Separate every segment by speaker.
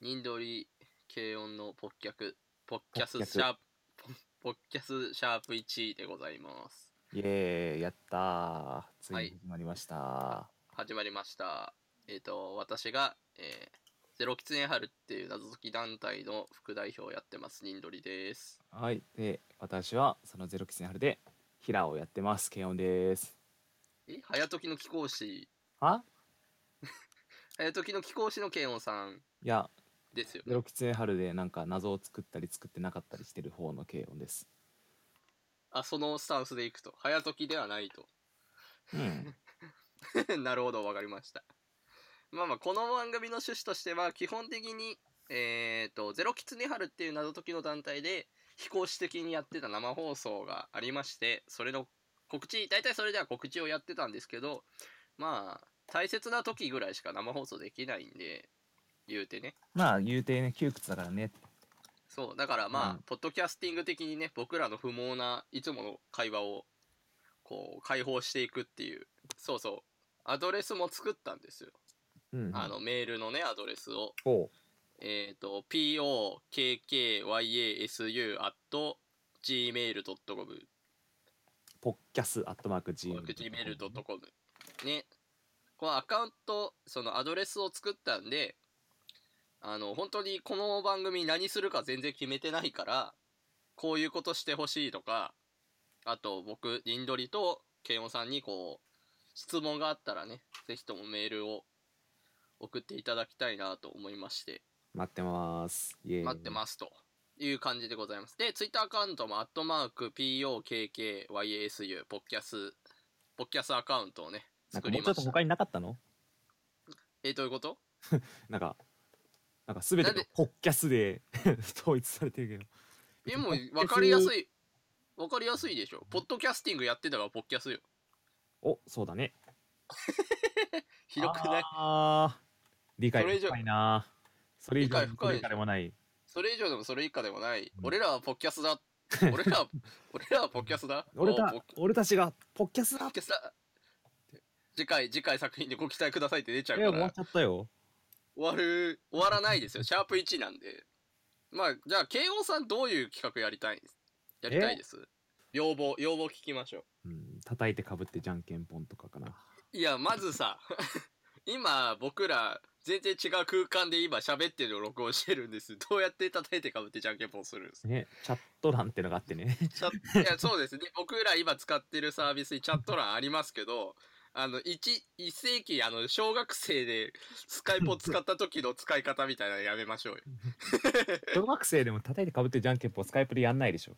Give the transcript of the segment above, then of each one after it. Speaker 1: ニンドリ軽音のポッキャク、ポッキャ
Speaker 2: ポッキ
Speaker 1: ス
Speaker 2: ャク
Speaker 1: シャープ、ポポッキャスシャープ1でございます。
Speaker 2: イエーイやったーつ
Speaker 1: はい
Speaker 2: いに始まりました、は
Speaker 1: 始まりました。えっ、と、私が、えー、ゼロキツネハルっていう謎解き団体の副代表をやってます、ニンドリです。
Speaker 2: い、で私はそのゼロキスに春でヒラをやってますケオンです
Speaker 1: え、早時の貴公子、
Speaker 2: あ
Speaker 1: 早時の貴公子の軽音さん
Speaker 2: いや
Speaker 1: ですよ
Speaker 2: ゼロキツネ春でなんか謎を作ったり作ってなかったりしてる方のケオン です
Speaker 1: あ、そのスタンスでいくと。早時ではないと。
Speaker 2: うん
Speaker 1: なるほど、わかりました。まあまあ、この番組の趣旨としては、基本的に、えっ、と、ゼロキツネハルっていう謎解きの団体で、非公式的にやってた生放送がありまして、それの告知、大体それでは告知をやってたんですけど、まあ、大切な時ぐらいしか生放送できないんで、言うてね。
Speaker 2: まあ言うてね窮屈だからね
Speaker 1: そう、だからまあ、
Speaker 2: うん
Speaker 1: ポッドキャスティング的にね、僕らの不毛ないつもの会話を、こう、解放していくっていう、そうそう、アドレスも作ったんですよ。
Speaker 2: うん
Speaker 1: あのメールのね、アドレスを、
Speaker 2: おう
Speaker 1: えっ、と、pokkyAsu.gmail.com、
Speaker 2: ポッキャスアットマーク Gmail.com
Speaker 1: gmail.com。ね。このアカウント、そのアドレスを作ったんで、あの、本当にこの番組何するか全然決めてないから、こういうことしてほしいとか、あと僕、リンドリとケイオンさんにこう、質問があったらね、ぜひともメールを送っていただきたいなと思いまして。
Speaker 2: 待ってますイエーイ
Speaker 1: 待ってますという感じでございます。で、ツイッターアカウントも、アットマーク、POKKYASU、ポッキャス、ポッキャスアカウントをね、
Speaker 2: なん
Speaker 1: 作
Speaker 2: かも
Speaker 1: り
Speaker 2: うちょ
Speaker 1: ま
Speaker 2: っと
Speaker 1: した。
Speaker 2: 他になかったの
Speaker 1: え、どういうこと
Speaker 2: なんかなんか全て
Speaker 1: なん
Speaker 2: が
Speaker 1: で
Speaker 2: ポッキャスで 統一されてるけ
Speaker 1: で
Speaker 2: ど
Speaker 1: も、わかりやすい、わかりやすいでしょ。ポッドキャスティングやってたから、ポッキャスよ。
Speaker 2: おそうだね
Speaker 1: ひどくない
Speaker 2: あー理解
Speaker 1: それ以上
Speaker 2: 深いなそれ以上
Speaker 1: 理解深い
Speaker 2: これからもない
Speaker 1: それ以上でもそれ以下でもない。
Speaker 2: うん
Speaker 1: 俺らはポッキャス だ。俺らは、俺らはポッキャスだ。
Speaker 2: 俺
Speaker 1: おう
Speaker 2: た
Speaker 1: ポッ
Speaker 2: 俺たちがポッキャス
Speaker 1: ポ
Speaker 2: だ
Speaker 1: ッキャスだ。次回、次回作品でご期待くださいって出ちゃう
Speaker 2: え
Speaker 1: か
Speaker 2: 終わ
Speaker 1: ら
Speaker 2: っ。ちゃったよ
Speaker 1: 終わる、終わらないですよ。シャープ1なんで。まあ、じゃあ、慶応さんどういう企画やりたいんですやりたいです要望、要望聞きましょ
Speaker 2: うん叩いてかぶってじゃんけんぽんとかかな
Speaker 1: う。いや、まずさ、 今、僕ら、全然違う空間で今喋ってるのを録音してるんです。どうやって叩いてかぶってじゃんけんぽんするんです
Speaker 2: ねチャット欄ってのがあっ てね
Speaker 1: チャッいや、そうですね。僕ら今使ってるサービスにチャット欄ありますけど、あの、一、一世紀、あの、小学生でスカイプを使った時の使い方みたいなのやめましょうよ。
Speaker 2: 小学生でも叩いてかぶってじゃんけんぽんスカイプでやんないでしょ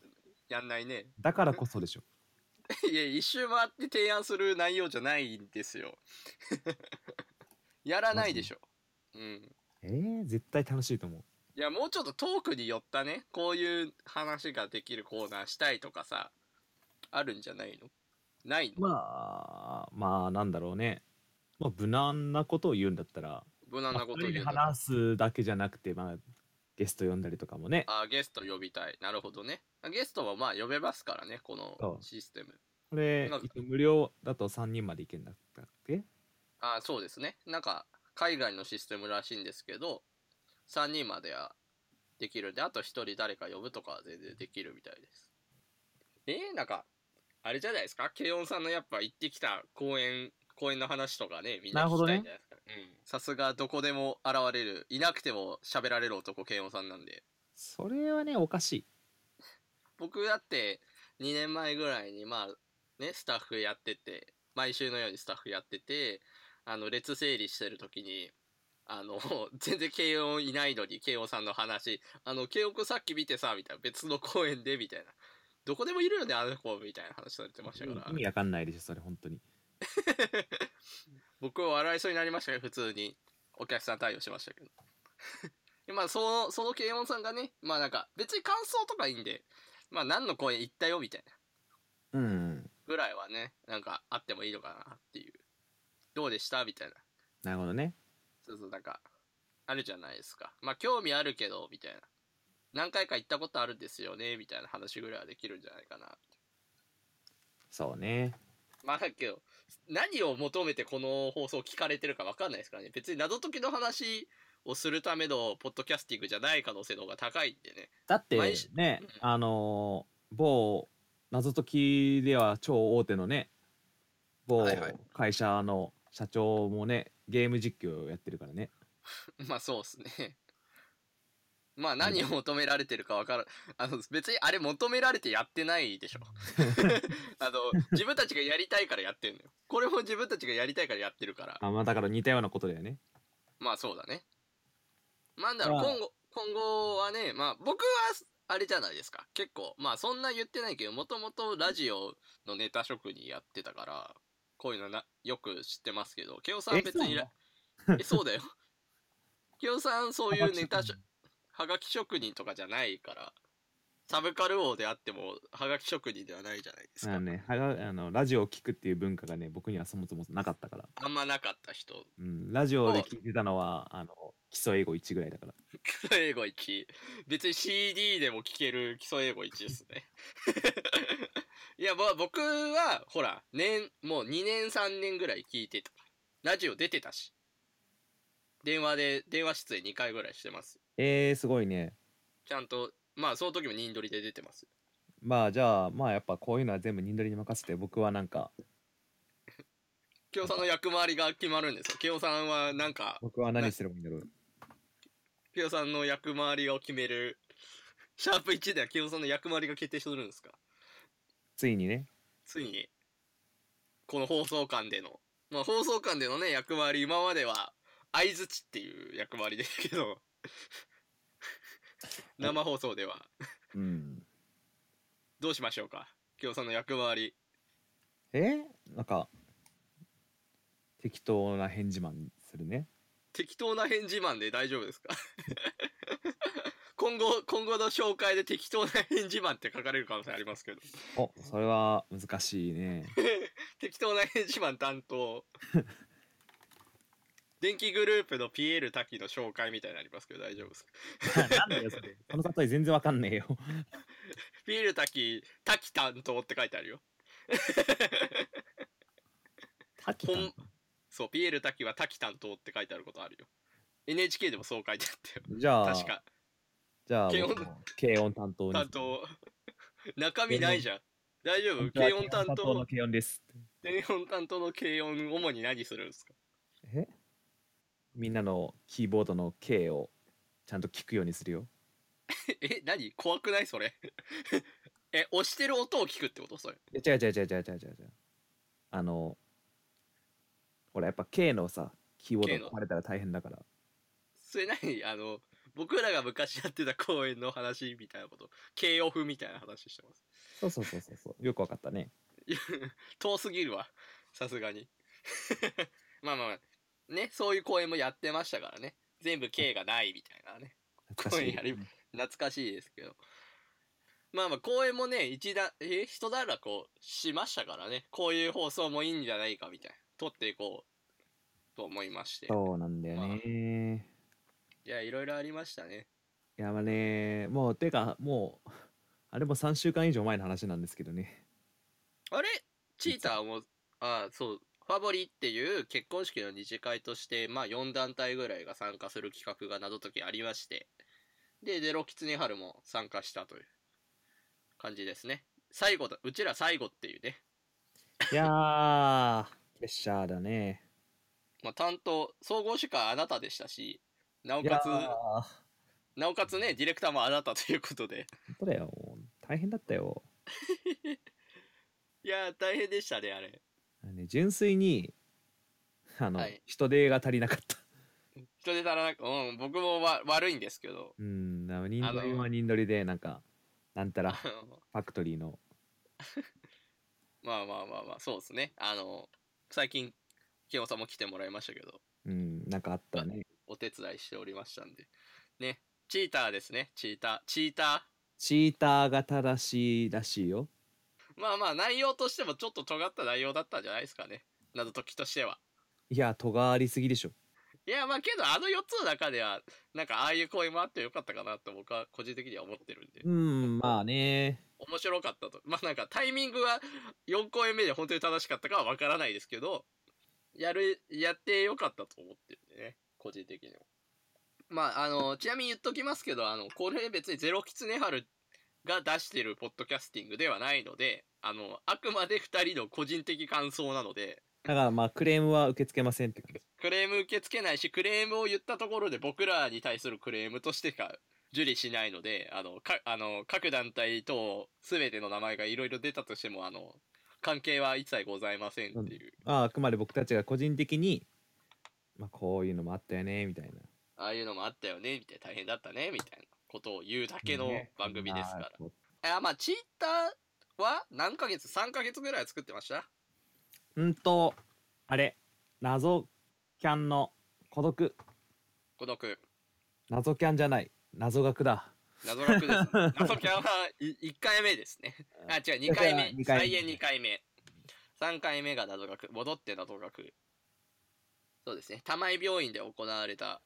Speaker 1: やんないね。
Speaker 2: だからこそでしょ
Speaker 1: いや、一周回って提案する内容じゃないんですよ。 やらないでしょ。うん。
Speaker 2: えー、絶対楽しいと思う
Speaker 1: いや、もうちょっとトークに寄ったね、こういう話ができるコーナーしたいとかさ、あるんじゃないのないの
Speaker 2: まあまあなんだろうねまあ無難なことを言うんだったら
Speaker 1: 無難なこと言う
Speaker 2: まあ二人で
Speaker 1: な。
Speaker 2: 話すだけじゃなくてまあゲスト呼んだりとかもね
Speaker 1: あ、ゲスト呼びたい。なるほどね。ゲストはまあ呼べますからね、この
Speaker 2: そう
Speaker 1: システム。
Speaker 2: これ
Speaker 1: なんか
Speaker 2: 一応無料だと3人までいけんだったっけ
Speaker 1: あ、そうですね。なんか、海外のシステムらしいんですけど、3人まではできるんで、あと1人誰か呼ぶとかは全然できるみたいです。えー、なんか、あれじゃないですか慶音さんのやっぱ行ってきた公園、公園の話とかね、みんな
Speaker 2: なるほ
Speaker 1: 聞き
Speaker 2: ど
Speaker 1: た
Speaker 2: ね
Speaker 1: いんじゃないですか。うん。さすがどこでも現れる、いなくても喋られる男、慶音さんなんで。
Speaker 2: それはねおかしい
Speaker 1: 僕だって2年前ぐらいにまあねスタッフやってて毎週のようにスタッフやっててあの列整理してる時にあの 全然慶応いないのに慶応さんの話「あの慶応君さっき見てさ」みたいな別の公園でみたいな「どこでもいるよねあの子」みたいな話されてましたか
Speaker 2: 意
Speaker 1: ら
Speaker 2: 味わかんないでしょそれ本当に
Speaker 1: 僕は笑いそうになりましたね普通にお客さん対応しましたけど でまあそのその慶応さんがねまあなんか別に感想とかいいんでまあ何の公園行ったよみたいな
Speaker 2: うん
Speaker 1: ぐらいはねなんかあってもいいのかなっていうどうでしたみたいな
Speaker 2: なるほどね
Speaker 1: そうそうなんかあるじゃないですかまあ興味あるけどみたいな何回か行ったことあるんですよねみたいな話ぐらいはできるんじゃないかな
Speaker 2: そうね
Speaker 1: まあだけど何を求めてこの放送聞かれてるか分かんないですからね別に謎解きの話をするためのポッドキャスティングじゃない可能性の方が高いんでね。
Speaker 2: だって
Speaker 1: 毎週
Speaker 2: ね
Speaker 1: うん、
Speaker 2: あのー某謎解きでは超大手のね某
Speaker 1: はいはい
Speaker 2: 会社の社長もねゲーム実況をやってるからね
Speaker 1: まあそうっすね。まあ何を求められてるかわからん。あの、別にあれ求められてやってないでしょ。あの、自分たちがやりたいからやってんのよ。これも自分たちがやりたいからやってるから。
Speaker 2: あまあだから似たようなことだよね
Speaker 1: まあそうだね。なんだろう、
Speaker 2: まあ
Speaker 1: 今後、今後はね、まあ僕は、あれじゃないですか。結構、まあそんな言ってないけど、もともとラジオのネタ職人やってたから、こういうのな、よく知ってますけど、ケオさん
Speaker 2: え
Speaker 1: 別にら、え、そうだよ。 ケオさんそういうネタし、はがき職人とかじゃないから、サブカル王であっても、はがき職人ではないじゃないですか。
Speaker 2: あのねはがあのラジオを聞くっていう文化がね僕にはそもそもなかったから、
Speaker 1: あんまなかった人、
Speaker 2: うん、ラジオで聞いてたのはあの基礎英語1ぐらいだから
Speaker 1: 基礎英語1。別に CD でも聴ける基礎英語1ですね。 いや、まあ僕は、ほら、年、もう2年3年ぐらい聞いてた。ラジオ出てたし。電話で、電話出演2回ぐらいしてます。
Speaker 2: えー、すごいね
Speaker 1: ちゃんと、まあその時も任取りで出てます。
Speaker 2: まあじゃあまあやっぱこういうのは全部ニンドリに任せて僕はなんか
Speaker 1: 京さんの役回りが決まるんですよ。京さんはなんか、
Speaker 2: 僕は何すればいいんだろう
Speaker 1: 京さんの役回りを決める、シャープ1では京さんの役回りが決定するんですか
Speaker 2: ついにね
Speaker 1: ついにこの放送間でのまあ放送間でのね役回り今までは相づちっていう役回りですけど生放送では
Speaker 2: うん
Speaker 1: どうしましょうか今日さんの役回り
Speaker 2: えなんか適当な返事マンするね
Speaker 1: 適当な返事マンで大丈夫ですか 今後今後の紹介で適当な返事マンって書かれる可能性ありますけど
Speaker 2: おそれは難しいね
Speaker 1: 適当な返事マン担当電気グループのピエール滝の紹介みたいになりますけど大丈夫ですか
Speaker 2: なんだよそれこの例え全然わかんねえよ
Speaker 1: ビール滝、滝担当って書いてあるよ。
Speaker 2: タキ
Speaker 1: ほんそう、ビール滝は滝担当って書いてあることあるよ。NHK でもそう書いてあったよ。
Speaker 2: じゃあ
Speaker 1: 確か。
Speaker 2: じゃあ
Speaker 1: 軽音
Speaker 2: 僕も軽音担当に
Speaker 1: 担当。 中身ないじゃん。大丈夫
Speaker 2: 本当は
Speaker 1: 軽音担
Speaker 2: 軽の
Speaker 1: 当。
Speaker 2: 軽音です
Speaker 1: 軽音担当の軽音、主に何するんですか
Speaker 2: えみんなのキーボードの K をちゃんと聞くようにするよ
Speaker 1: え、何怖くないそれ。 え、押してる音を聞くってことそれ。
Speaker 2: いや違う違う違う違う違う違う違うあのほらやっぱ K のさキーボー
Speaker 1: K の
Speaker 2: ド壊れたら大変だから
Speaker 1: それ何あの、僕らが昔やってた公演の話みたいなこと。K オフみたいな話してます。
Speaker 2: そうそうそうそ うそうよくわかったね
Speaker 1: いや 遠すぎるわさすがに まあまあまあねそういう公演もやってましたからね全部 K がないみたいなね
Speaker 2: 懐かしい
Speaker 1: 声やる懐かしいですけどまあまあ公演もね一段え一段落をしましたからねこういう放送もいいんじゃないかみたいな撮っていこうと思いまして
Speaker 2: そうなんだよね、
Speaker 1: いやいろいろありましたね
Speaker 2: いやまあねもうてかもうあれも3週間以上前の話なんですけ どね
Speaker 1: あれチーターもああそうファボリっていう結婚式の二次会として、まあ、4団体ぐらいが参加する企画が謎解きありましてでゼロキツネハルも参加したという感じですね最後だうちら最後っていうね、
Speaker 2: いやープレッシャー だね
Speaker 1: まあ、担当総合司会あなたでしたしなお
Speaker 2: い
Speaker 1: か
Speaker 2: やー
Speaker 1: つ
Speaker 2: 本
Speaker 1: なおかつねディレクターもあなたということで
Speaker 2: 当だよもう大変だったよ
Speaker 1: いやー大変でしたねあれ
Speaker 2: あのね純粋にあの、
Speaker 1: はい
Speaker 2: 人手が足りなかった
Speaker 1: 人手足らなくうん僕もわ悪いんですけど
Speaker 2: うんだからニン
Speaker 1: あの
Speaker 2: ドリはニンドリでなんかなんたら
Speaker 1: あの
Speaker 2: ファクトリーの
Speaker 1: まあまあまあまあそうですねあの最近清さんも来てもらいましたけど
Speaker 2: うんなんかあったね
Speaker 1: お手伝いしておりましたんでねチーターですねチーターチータ
Speaker 2: チーターが正しいらしいよ
Speaker 1: ーまあまあ内容としてもちょっと尖った内容だったんじゃないですかね謎解きとしてはい
Speaker 2: や尖りすぎでしょ
Speaker 1: いやまあけどあの4つの中ではなんかああいう声もあってよかったかなと僕は個人的には思ってるんで
Speaker 2: うんまあね
Speaker 1: 面白かったとまあなんかタイミングは4公演目で本当に正しかったかはわからないですけどやるやってよかったと思ってるんでね個人的にはまあ、あの、ちなみに言っときますけど、あの、これ別にゼロキツネハルが出してるポッドキャスティングではないので、あの、あくまで2人の個人的感想なので、
Speaker 2: だからまあクレームは受け付けませんって感じ
Speaker 1: クレーム受け付けないし、クレームを言ったところで僕らに対するクレームとしてか受理しないので、あの、か、あの、各団体等、すべての名前がいろいろ出たとしても、あの、関係は一切ございませんっていう、
Speaker 2: まああくまで僕たちが個人的に、まあ、こういうのもあったよねみたいな
Speaker 1: ああいうのもあったよね、みたいな、大変だったね、みたいなことを言うだけの
Speaker 2: ね
Speaker 1: 番組ですから。
Speaker 2: まあ
Speaker 1: あ、まあ、チーターは何ヶ月 ?3 ヶ月ぐらいは作ってました
Speaker 2: うんとあれ謎キャンの孤独
Speaker 1: 孤独。
Speaker 2: 謎キャンじゃない謎学だ
Speaker 1: 謎楽です、ね。謎キャンはい1回目ですね。あ、違う、2回目。
Speaker 2: 二回目
Speaker 1: 再演2回目。3回目が謎学。戻って謎学。そうですね。玉井病院で行われた。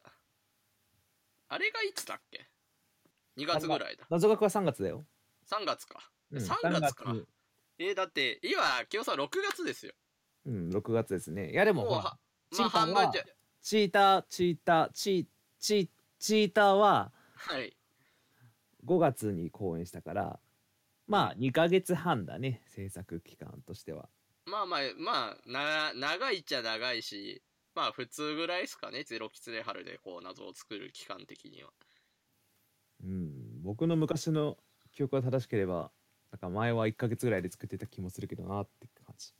Speaker 1: あれがいつだっけ ?2 月ぐらいだ。
Speaker 2: 謎学は3月だよ、
Speaker 1: 3月か。
Speaker 2: うん、
Speaker 1: 三月かえーだって、今、清さん6月ですよ。
Speaker 2: うん6月ですねいやでも
Speaker 1: もう
Speaker 2: ほ
Speaker 1: は
Speaker 2: ら、
Speaker 1: まあ、
Speaker 2: チーター
Speaker 1: 半
Speaker 2: は
Speaker 1: 分じゃ。
Speaker 2: チーターチーターチーチーチーターは
Speaker 1: はい。
Speaker 2: 5月に公演したからまあ2ヶ月半だね制作期間としては
Speaker 1: まあまあ、まあ、な、長いっちゃ長いし、まあ普通ぐらいですかね。ゼロキツネハルでこう謎を作る期間的には。
Speaker 2: うん僕の昔の記憶が正しければなんか前は1ヶ月ぐらいで作ってた気もするけどなって感じ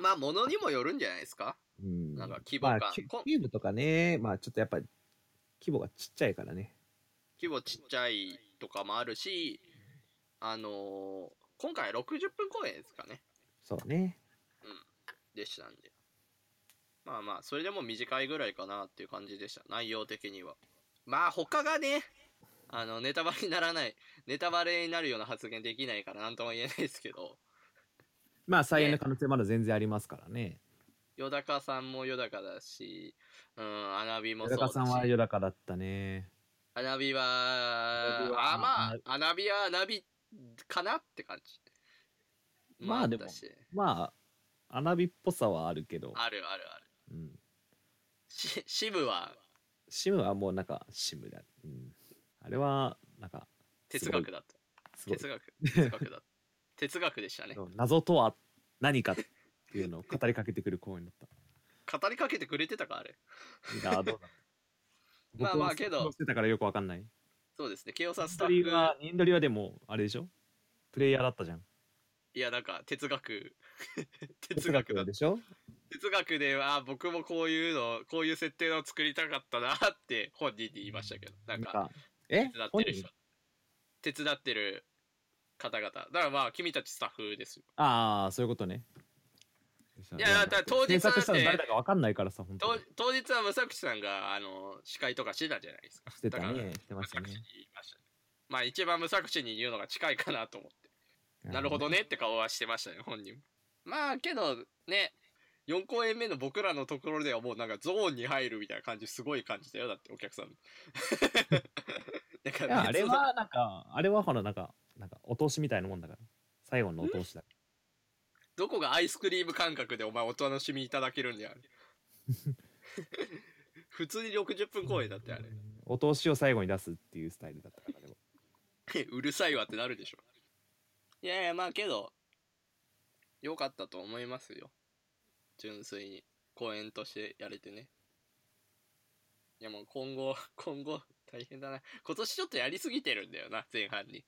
Speaker 1: まあものにもよるんじゃないですか。
Speaker 2: うん
Speaker 1: なんか規模感
Speaker 2: まあ、キュ
Speaker 1: こん
Speaker 2: キューブとかねまあちょっとやっぱ規模がちっちゃいからね
Speaker 1: 規模ちっちゃいとかもあるし、あのー今回60分公演ですかね。
Speaker 2: そうね
Speaker 1: でしたんで。まあまあ、それでも短いぐらいかなっていう感じでした。内容的には。まあ他がね、あの、ネタバレにならない、ネタバレになるような発言できないからなんとも言えないですけど、
Speaker 2: まあ再演の可能性まだ全然ありますからね
Speaker 1: よだかさんもよだかだし、うん、アナビも
Speaker 2: よ
Speaker 1: そ
Speaker 2: だ
Speaker 1: うだ
Speaker 2: か
Speaker 1: し。
Speaker 2: さんはよだかだったね
Speaker 1: アナビは、
Speaker 2: ナビは
Speaker 1: あ、まあ、アナビはアナビかなって感じ。
Speaker 2: まあ
Speaker 1: った
Speaker 2: でも
Speaker 1: し
Speaker 2: まあアナビっぽさはあるけど、
Speaker 1: あるあるある。
Speaker 2: うん、
Speaker 1: しシブは
Speaker 2: シムはもうなんかシムだ、うん、あれはなんか
Speaker 1: 哲学だっ
Speaker 2: す
Speaker 1: た。
Speaker 2: ごい
Speaker 1: 哲学。哲学だった。 哲学でしたね。
Speaker 2: 謎とは何かっていうのを語りかけてくる公演だった
Speaker 1: 語りかけてくれてたか、あれ。
Speaker 2: いやどうだ
Speaker 1: まあまあ
Speaker 2: 僕は
Speaker 1: けど
Speaker 2: 想像してたからよくわかんない。
Speaker 1: そうですね。ケオさんス
Speaker 2: ス
Speaker 1: タ
Speaker 2: ト
Speaker 1: ッ
Speaker 2: リ
Speaker 1: フ
Speaker 2: ーは、ニンドリはでも、あれでしょプレイヤーだったじゃん。
Speaker 1: いや、なんか、哲学。 哲学だった
Speaker 2: でしょ
Speaker 1: 哲学では、あ僕もこういうの、こういう設定を作りたかったなって本人に言いましたけど、な
Speaker 2: なんん
Speaker 1: か、
Speaker 2: か、え
Speaker 1: 手伝って
Speaker 2: 本
Speaker 1: る
Speaker 2: 人
Speaker 1: 人。手伝ってる方々。だからまあ、君たちスタッフですよ。
Speaker 2: ああ、そういうことね。
Speaker 1: いやだから当日
Speaker 2: 制作したの
Speaker 1: なんて
Speaker 2: 誰だかわかんないからさ、本当
Speaker 1: 当
Speaker 2: に。
Speaker 1: 当日はむさくちさんが、あの、司会とかしてたじゃないですか。
Speaker 2: してた
Speaker 1: だから
Speaker 2: ね。してま
Speaker 1: 無
Speaker 2: した
Speaker 1: 作
Speaker 2: ね
Speaker 1: 詞。に言いましたね。まあ一番無作詞に言うのが近いかなと思って。 なるほどねって顔はしてましたね、本人も。まあけどね、4公演目の僕らのところではもうなんかゾーンに入るみたいな感じすごい感じだよ、だってお 客さん。だか
Speaker 2: いや
Speaker 1: ら
Speaker 2: あれは、なんか、あれはほら、なんか、なんか、お通しみたいなもんだから。最後のお通しだ。
Speaker 1: どこがアイスクリーム感覚でお前お楽しみいただけるん だよ、あれ普通に60分公演だってあれ。
Speaker 2: お通しを最後に出すっていうスタイルだったか ら、でも。
Speaker 1: うるさいわってなるでしょ。いやいや、まあけど、良かったと思いますよ。純粋に。公演としてやれてね。いやもう今後、 今後、大変だな。今年ちょっとやりすぎてるんだよな、前半に。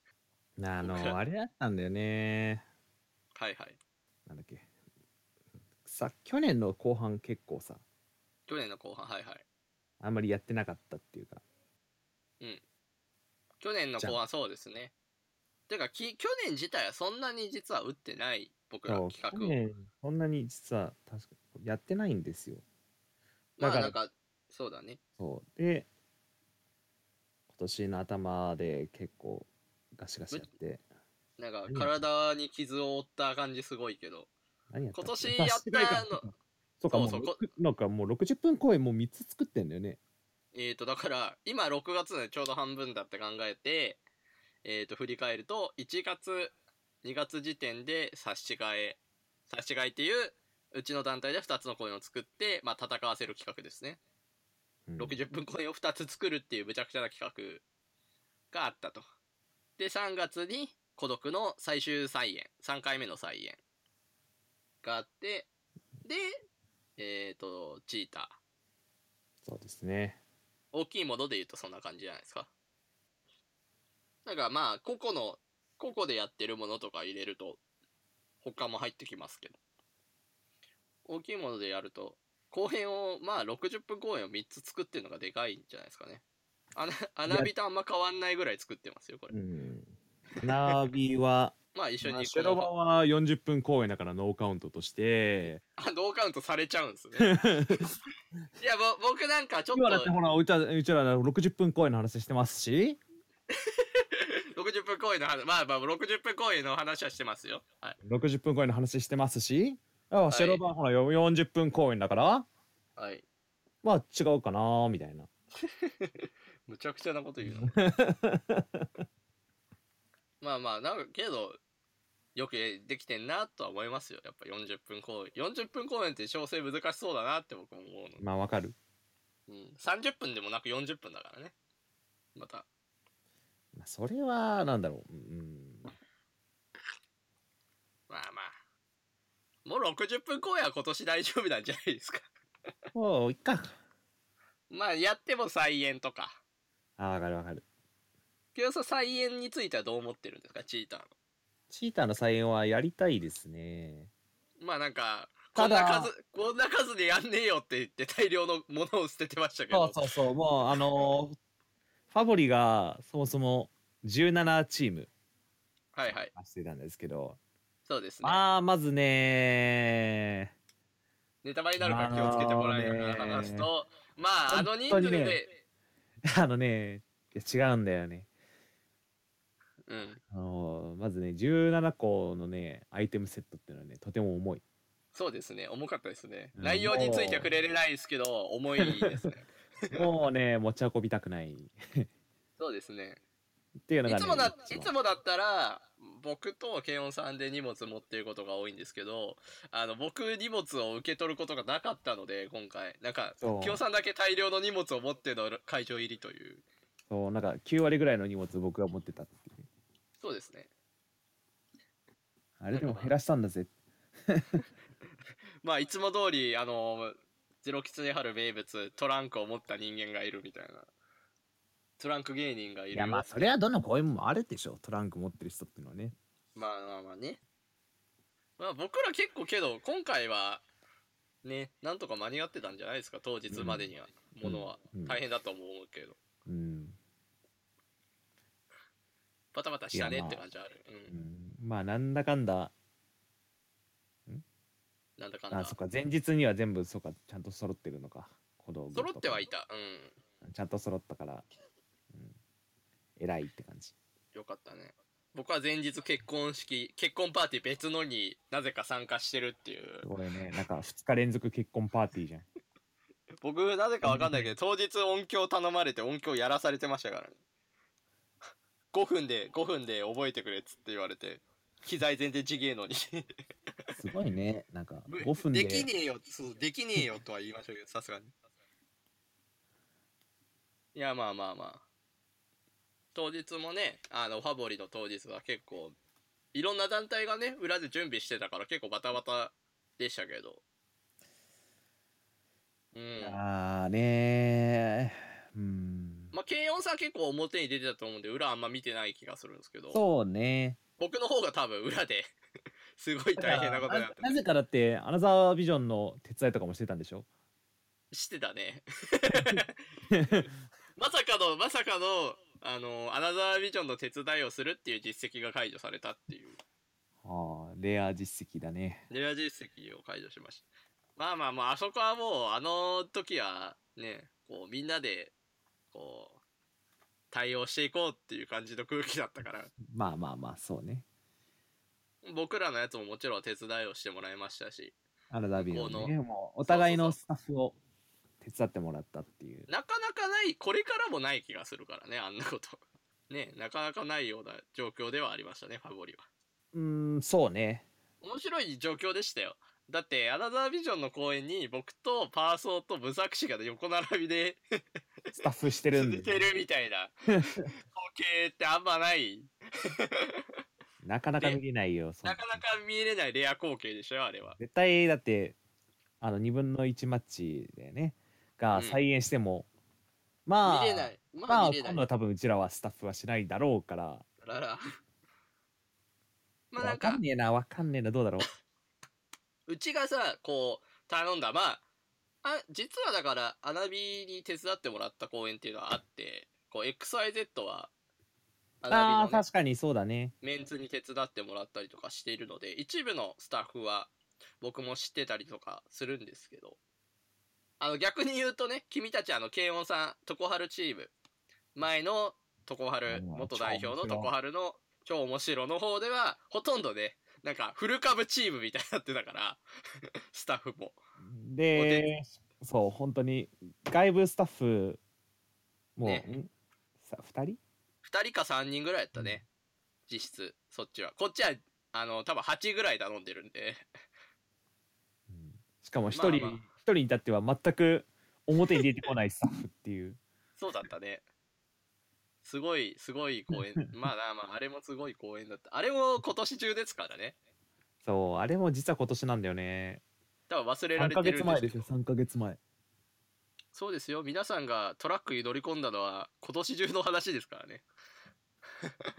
Speaker 2: あの、あれだったんだよね。
Speaker 1: はいはい。
Speaker 2: なんだっけ。さ、去年の後半結構さ、
Speaker 1: 去年の後半、はいはい。
Speaker 2: あんまりやってなかったっていうか。
Speaker 1: 去年の後半、そうですね。てかき、去年自体はそんなに実は打ってない、僕ら
Speaker 2: そう
Speaker 1: 企画
Speaker 2: 去
Speaker 1: を。
Speaker 2: 年そんなに実は確かやってないんですよ
Speaker 1: ま
Speaker 2: だ
Speaker 1: あ
Speaker 2: から
Speaker 1: なんか、そうだね。
Speaker 2: そうで今年の頭で結構ガシガシやって
Speaker 1: なんか、体に傷を負った感じすごいけど。
Speaker 2: 何やったっけ
Speaker 1: 今年やったの
Speaker 2: あ知らないかそうかもう
Speaker 1: そうそう
Speaker 2: ろくなんかもう60分公演もう3つ作ってんだよね
Speaker 1: えー、と、だから、今6月のちょうど半分だって考えて、えー、と、振り返ると、1月、2月時点で差し違え、差し違えっていう、うちの団体で2つのコインを作って、まあ、戦わせる企画ですね。
Speaker 2: うん
Speaker 1: 60分公演を2つ作るっていう無茶苦茶な企画があったと。で、3月に孤独の最終再演、3回目の再演があって、で、えっ、と、チーター。
Speaker 2: そうですね
Speaker 1: 大きいもので言うとそんな感じじゃないですか。なんかまあ、個々の、個々でやってるものとか入れると、他も入ってきますけど。大きいものでやると、後編を、まあ60分後編を3つ作ってるのがでかいんじゃないですかね。穴、穴火とあんま変わんないぐらい作ってますよ、これ
Speaker 2: う。ん花火は
Speaker 1: まあ一緒
Speaker 2: まあ
Speaker 1: に
Speaker 2: シェロバ
Speaker 1: こ
Speaker 2: は40分公演だからノーカウントとして
Speaker 1: のあ、ノーカウントされちゃうんです ね。いや、ぼ僕なんかちょっ
Speaker 2: 今だって
Speaker 1: と
Speaker 2: ほらうちらうちら60分公演の話してますし
Speaker 1: 60分公演の話、まあまあ60分公演の話はしてますよ。はい。
Speaker 2: 60分公演の話してますしあシェロバはほらよ40分公演だから
Speaker 1: はい。
Speaker 2: まあ違うかなーみたいな
Speaker 1: むちゃくちゃなこと言うの まあまあなんかけどよくできてんなとは思いますよやっぱ40分公演40分公演って調整難しそうだなって僕も思うの、
Speaker 2: まあわかる
Speaker 1: うん、30分でもなく40分だからねまた
Speaker 2: まあそれはなんだろう、うん、
Speaker 1: まあまあもう60分公演は今年大丈夫なんじゃないですか
Speaker 2: もういっか
Speaker 1: まあやっても再演とか
Speaker 2: あわかるわかる
Speaker 1: 清さん再演についてはどう思ってるんですかチーターの
Speaker 2: チーターの再演はやりたいですね
Speaker 1: まあなんかこ
Speaker 2: た
Speaker 1: んな
Speaker 2: だ
Speaker 1: 数こんな数でやんねえよって言って大量のものを捨ててましたけど
Speaker 2: そうそうそうもうあのーファボリがそもそも17チーム
Speaker 1: はいはい。
Speaker 2: してたんですけど、
Speaker 1: そうですね。
Speaker 2: まあまずね
Speaker 1: ネタバレになるから気をつけてもらえるから話すと、まあ、あの人
Speaker 2: 本
Speaker 1: 数
Speaker 2: 当
Speaker 1: で、
Speaker 2: にねあのねいや違うんだよね
Speaker 1: うん。
Speaker 2: あのーまずね17個のねアイテムセットっていうのはねとても重い
Speaker 1: そうですね。重かったですね。
Speaker 2: うん
Speaker 1: 内容については触れれないですけど、重いですね。
Speaker 2: もうね持ち運びたくないっ
Speaker 1: そうですね。
Speaker 2: ていうのが、
Speaker 1: い
Speaker 2: ね、
Speaker 1: つもだ、
Speaker 2: 一
Speaker 1: い
Speaker 2: 番
Speaker 1: つもだったら、僕とケンオンさんで荷物持ってることが多いんですけど、あの、僕荷物を受け取ることがなかったので、今回。なんか、
Speaker 2: そう
Speaker 1: ケンオンさんだけ大量の荷物を持っての会場入りという。
Speaker 2: そうなんか9割ぐらいの荷物僕が持ってたっていうね
Speaker 1: そうですね。
Speaker 2: あれでも減らしたんだぜ
Speaker 1: まあ、いつも通り、あの、ゼロキツネハル名物、トランクを持った人間がいるみたいな。トランク芸人がいる
Speaker 2: い
Speaker 1: よ
Speaker 2: やまあそれはどの公園もあるでしょトランク持ってる人っていうのはね
Speaker 1: まあまあまあね。まあ僕ら結構けど、今回は、ね、なんとか間に合ってたんじゃないですか、当日までには、ものは。
Speaker 2: うん
Speaker 1: 大変だと思うけど。
Speaker 2: うん、
Speaker 1: バタバタしたね
Speaker 2: いや
Speaker 1: っ
Speaker 2: まあ
Speaker 1: て感じある。
Speaker 2: う
Speaker 1: うん。
Speaker 2: ん、まあなんだかんだ
Speaker 1: なんだかんだ。
Speaker 2: あそっか前日には全部そうかちゃんと揃ってるのか小道具とか
Speaker 1: 揃ってはいた。うん。
Speaker 2: ちゃんと揃ったから、うん、偉いって感じ
Speaker 1: よかったね。僕は前日結婚式、結婚パーティー別のになぜか参加してるっていう
Speaker 2: す。ごいねなんか2日連続結婚パーティーじゃん
Speaker 1: 僕なぜかわかんないけど当日音響頼まれて音響やらされてましたからね5分で5分で覚えてくれっつって言われて機材全然ちげえ のに
Speaker 2: すごいねなんか5分で
Speaker 1: できねえよそうできねえよとは言いましょうけどさすがにいやまあまあまあ当日もねあのファボリの当日は結構いろんな団体がね裏で準備してたから結構バタバタでしたけどうん
Speaker 2: あーねーうん
Speaker 1: まあ、軽音さん結構表に出てたと思うんで、裏あんま見てない気がするんですけど、
Speaker 2: そうね
Speaker 1: 僕の方が多分裏で、 すごい大変なことになって
Speaker 2: なぜかだってアナザービジョンの手伝いとかもしてたんでしょ
Speaker 1: 知ってたね。 まさかの、まさかの、あの、アナザービジョンの手伝いをするっていう実績が解除されたっていう、
Speaker 2: ああレア実績だね
Speaker 1: レア実績を解除しました。まあまあまあ、あそこはもう、あの時は、ね、こう、みんなで、こう、対応していこうっていう感じの空気だったから、
Speaker 2: まあまあまあそうね
Speaker 1: 僕らのやつももちろん手伝いをしてもらいましたし、
Speaker 2: アナザービジョ
Speaker 1: 向
Speaker 2: ン
Speaker 1: こ
Speaker 2: に
Speaker 1: う
Speaker 2: ねもうお互いのスタッフを手伝ってもらったっていう
Speaker 1: なかなかない、これからもない気がするからね、あんなこと。 ね、なかなかないような状況ではありましたね、ファボリは。
Speaker 2: うーんそうね
Speaker 1: 面白い状況でしたよ。だって、アナザービジョンの公演に僕とパーソーとブザクシが横並びで
Speaker 2: スタッフしてるん
Speaker 1: 続いて
Speaker 2: で
Speaker 1: るみたいな光景ってあんまない。
Speaker 2: なかなか見れないよそん
Speaker 1: なかなか見れないレア光景でしょ、あれは。
Speaker 2: 絶対だってあの2分の1マッチだよね
Speaker 1: う
Speaker 2: が
Speaker 1: ん
Speaker 2: 再演しても、まあ
Speaker 1: 見れない。ま
Speaker 2: ま
Speaker 1: あ
Speaker 2: あ
Speaker 1: 見れな
Speaker 2: 今
Speaker 1: い
Speaker 2: 度。は多分うちらはスタッフはしないだろうから
Speaker 1: らら。 まあな
Speaker 2: わ
Speaker 1: んか
Speaker 2: かん、ねえなわかんねえなどうだろう
Speaker 1: うちがさ、こう、頼んだ、まあ、あ、実はだから、アナビに手伝ってもらった公演っていうのはあって、こう、XYZ は、ア
Speaker 2: あ
Speaker 1: ナ
Speaker 2: ー
Speaker 1: ビの、ね、
Speaker 2: 確かにそうだね
Speaker 1: メンツに手伝ってもらったりとかしているので、一部のスタッフは、僕も知ってたりとかするんですけど、あの、逆に言うとね、君たち、あの、慶音さん、常春チーム、前の常春、
Speaker 2: うん
Speaker 1: 元代表の
Speaker 2: 超面白い
Speaker 1: 常春の、超面白の方では、ほとんどね、なんか、フル株チームみたいになってたから、 スタッフも。お手
Speaker 2: でそう本当に外部スタッフもう、
Speaker 1: ね
Speaker 2: んさ2人
Speaker 1: 2人か3人ぐらいやったね、実質そっちはこっちはあの多分8ぐらい頼んでるんで
Speaker 2: うんしかも1人、
Speaker 1: まあまあ
Speaker 2: 一人に至っては全く表に出てこないスタッフっていう
Speaker 1: そうだったねすごいすごい 公演まあなまああれもすごい公演だったあれも今年中ですからね
Speaker 2: そうあれも実は今年なんだよね
Speaker 1: 多分忘れら
Speaker 2: 3
Speaker 1: れ
Speaker 2: ヶ
Speaker 1: てるんで
Speaker 2: 月
Speaker 1: す
Speaker 2: 前
Speaker 1: け
Speaker 2: で
Speaker 1: ど
Speaker 2: すよ3ヶ月前
Speaker 1: そうですよ皆さんがトラックに乗り込んだのは今年中の話ですからね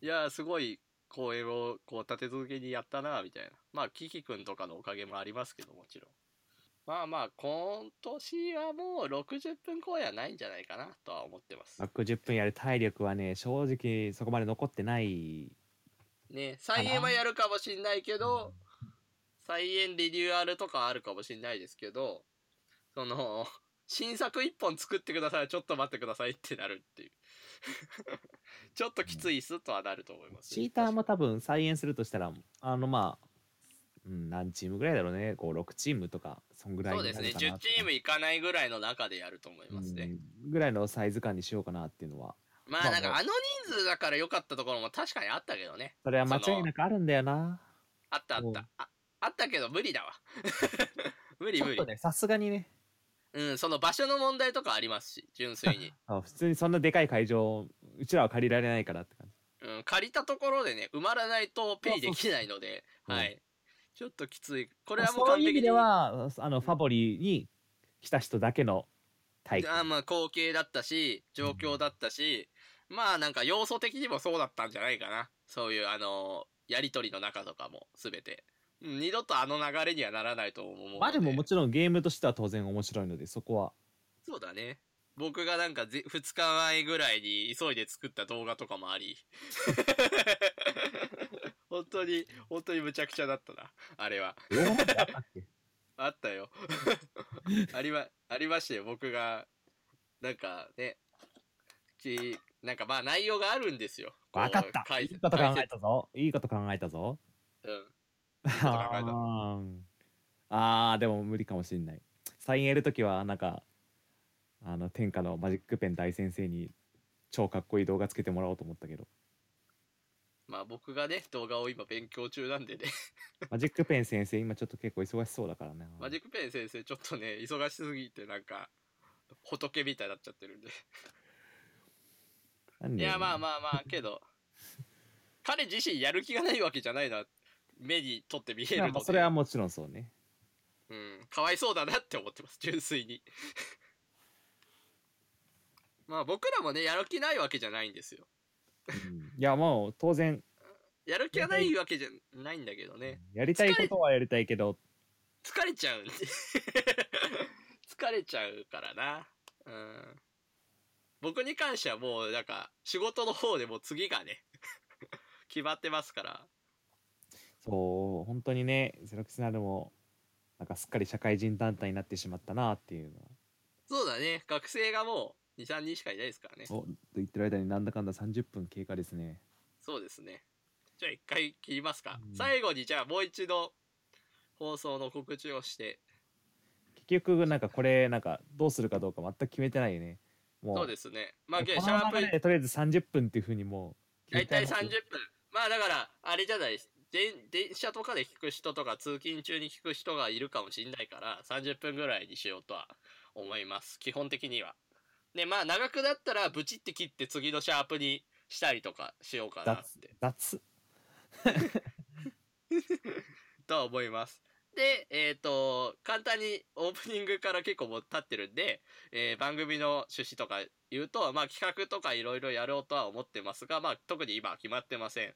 Speaker 1: いやーすごい公演をこう立て続けにやったなみたいなまあキキ君とかのおかげもありますけどもちろんまあまあ今年はもう60分公演はないんじゃないかなとは思ってます
Speaker 2: 60分やる体力はね正直そこまで残ってない
Speaker 1: ね再演はやるかもしんないけど再演リニューアルとかあるかもしんないですけどその新作1本作ってくださいちょっと待ってくださいってなるっていう ちょっときついっすとはなると思います
Speaker 2: チーターも多分再演するとしたらあのまあ、うん、何チームぐらいだろうね56チームとかそんぐらい
Speaker 1: そう
Speaker 2: にな
Speaker 1: で
Speaker 2: る
Speaker 1: す
Speaker 2: か
Speaker 1: ね
Speaker 2: な
Speaker 1: 10チームいかないぐらいの中でやると思いますね、
Speaker 2: うんぐらいのサイズ感にしようかなっていうのは
Speaker 1: まあなん
Speaker 2: まあ
Speaker 1: か
Speaker 2: まあ
Speaker 1: あの人数だから良かったところも確かにあったけどね
Speaker 2: それは間
Speaker 1: そ
Speaker 2: 違
Speaker 1: の
Speaker 2: いなくあるんだよな
Speaker 1: あったあっ
Speaker 2: うん
Speaker 1: たああったけど無理だわ 無理
Speaker 2: ちょ
Speaker 1: 無
Speaker 2: っ
Speaker 1: 理
Speaker 2: とねさすがにね
Speaker 1: うんその場所の問題とかありますし純粋に
Speaker 2: あ普通にそんなでかい会場うちらは借りられないからって感じ
Speaker 1: うん、借りたところでね埋まらないとペイできないので
Speaker 2: そうそう
Speaker 1: はい、ちょっときついこれはもう
Speaker 2: そう
Speaker 1: 完
Speaker 2: いう
Speaker 1: 璧
Speaker 2: 意味
Speaker 1: に
Speaker 2: ではあのファボリーに来た人だけの体験
Speaker 1: あまあ光景だったし状況だったし、まあなんか要素的にもそうだったんじゃないかなそういうあのやり取りの中とかも全てうん二度とあの流れにはならないと思うので
Speaker 2: まあでももちろんゲームとしては当然面白いのでそこは
Speaker 1: そうだね僕がなんかぜ2日前ぐらいに急いで作った動画とかもあ り本当に本当にむちゃくちゃだったなあれは
Speaker 2: 動画なんてあったっけ
Speaker 1: あったよ。 ありま、ありましたよ、僕が。なんかね、き、なんかまあ内容があるんですよ。こう
Speaker 2: わかった
Speaker 1: 解
Speaker 2: い
Speaker 1: 説
Speaker 2: いこと考
Speaker 1: 解
Speaker 2: え
Speaker 1: 説
Speaker 2: たぞいいこと考えたぞ
Speaker 1: うん。こと考えた
Speaker 2: あーあーでも無理かもしんないサインやるときはなんかあの天下のマジックペン大先生に超かっこいい動画つけてもらおうと思ったけど
Speaker 1: まあ僕がね、動画を今勉強中なんでね、
Speaker 2: マジックペン先生今ちょっと結構忙しそうだからな
Speaker 1: マジックペン先生ちょっとね、忙しすぎてなんか、仏みたいになっちゃってるんで。
Speaker 2: なん
Speaker 1: い
Speaker 2: で
Speaker 1: や、まあまあまあ、けど、彼自身やる気がないわけじゃないな、目にとって見え
Speaker 2: い
Speaker 1: る
Speaker 2: や
Speaker 1: の
Speaker 2: まあ
Speaker 1: で。
Speaker 2: それはもちろんそうね
Speaker 1: うん、かわいそうだなって思ってます純粋に まあ僕らもねやる気ないわけじゃないんですよ
Speaker 2: うんいやもう当然
Speaker 1: やる気がないわけじゃないんだけどね
Speaker 2: やりたいことはやりたいけど
Speaker 1: 疲れちゃうんで 疲れちゃうからなうん僕に関してはもうなんか仕事の方でもう次がね 決まってますから
Speaker 2: そう本当にねゼロキスナルもなんかすっかり社会人団体になってしまったなっていうのは
Speaker 1: そうだね学生がもう23人しかいないですからね
Speaker 2: おと言ってる間になんだかんだ30分経過ですね
Speaker 1: そうですね。じゃあ一回切りますか。
Speaker 2: うん
Speaker 1: 最後にじゃあもう一度放送の告知をして。
Speaker 2: 結局なんかこれなんかどうするかどうか全く決めてないよねもう
Speaker 1: そうですね。まあ、けど
Speaker 2: こ
Speaker 1: シャー
Speaker 2: の
Speaker 1: プ
Speaker 2: 流れ、でとりあえず30分っていうふうにもう
Speaker 1: 大体
Speaker 2: 決
Speaker 1: 30
Speaker 2: め
Speaker 1: 分。まあだから、あれじゃないです。電電車とかで聞く人とか通勤中に聞く人がいるかもしんないから30分ぐらいにしようとは思います基本的にはでまあ長くなったらブチって切って次のシャープにしたりとかしようかなっ
Speaker 2: 雑
Speaker 1: て
Speaker 2: 雑
Speaker 1: とは思いますでえっ、と簡単にオープニングから結構もう経ってるんで、えー番組の趣旨とか言うとまあ企画とかいろいろやろうとは思ってますがまあ特に今は決まってません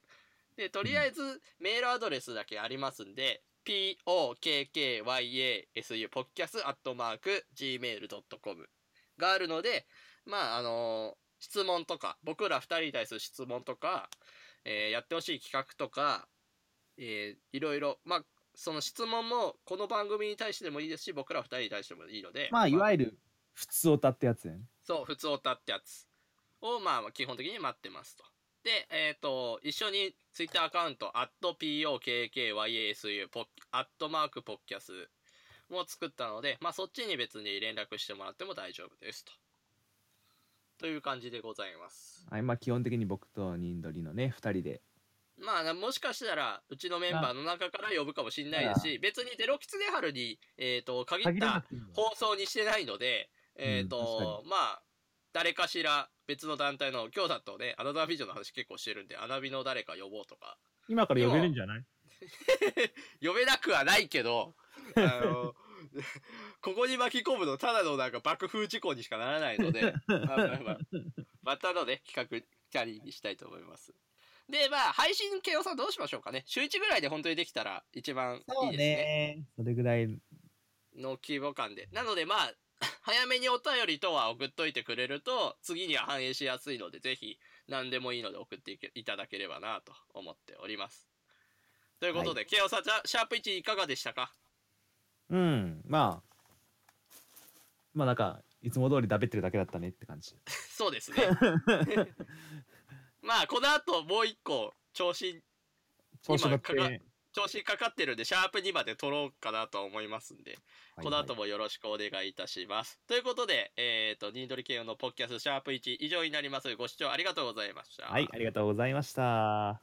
Speaker 1: でとりあえずメールアドレスだけありますんで pokkyasuyu ポッキャスアットマーク gmail.com があるのでまああの質問とか僕ら2人に対する質問とか、えーやってほしい企画とか、えーいろいろまあその質問もこの番組に対してでもいいですし僕ら2人に対してもいいので
Speaker 2: まあい
Speaker 1: ゆる
Speaker 2: わゆる普通歌ってやつやね
Speaker 1: そう、普通オタってやつを、まあ、基本的に待ってますと。で、えっ、と、一緒にツイッターアカウント、アット POKKYASU、ポッアットマークポッキャスも作ったので、まあ、そっちに別に連絡してもらっても大丈夫ですと。という感じでございます。
Speaker 2: あ今基本的に僕とニンドリのね2人で
Speaker 1: まあ、なもしかしたら、うちのメンバーの中から呼ぶかもしれないですし、別にデロキツネハルに、えっ、と、限っ
Speaker 2: 限ら
Speaker 1: た
Speaker 2: なくていいんだ
Speaker 1: 放送にしてないので、えっ、と、まあ、誰かしら別の団体の、今日だとね、アナザービジョンの話結構してるんで、アナビの誰か呼ぼうとか、
Speaker 2: 今から呼べるんじゃない
Speaker 1: 呼べなくはないけ ど、あの、ここに巻き込むの、ただのなんか爆風事故にしかならないの で、まあまあまあ、またのね、企画、キャリーにしたいと思います。で、まあ、配信、慶応さんどうしましょうかね。週1ぐらいで本当にできたら一番いいですね。
Speaker 2: それぐらい
Speaker 1: の規模感で。なのでまあ、 早めにお便りとは送っといてくれると、次には反映しやすいので、ぜひ何でもいいので送っていけいただければなと思っております。ということで、ケイオさん、じゃあシャープ1いかがでしたか
Speaker 2: うんまあまあなんかいつも通りだべってるだけだったねって感じ
Speaker 1: そうですね。 まあ、この後もう一個、調子、
Speaker 2: 調子乗
Speaker 1: 今
Speaker 2: っ
Speaker 1: かか
Speaker 2: て
Speaker 1: 調子かかってるんで、シャープ2まで取ろうかなと思いますんで、この後もよろしくお願いいたします。ということで、えっ、と、ニードリケイオのポッキャスシャープ1以上になります。ご視聴ありがとうございました。
Speaker 2: はいはいありがとうございました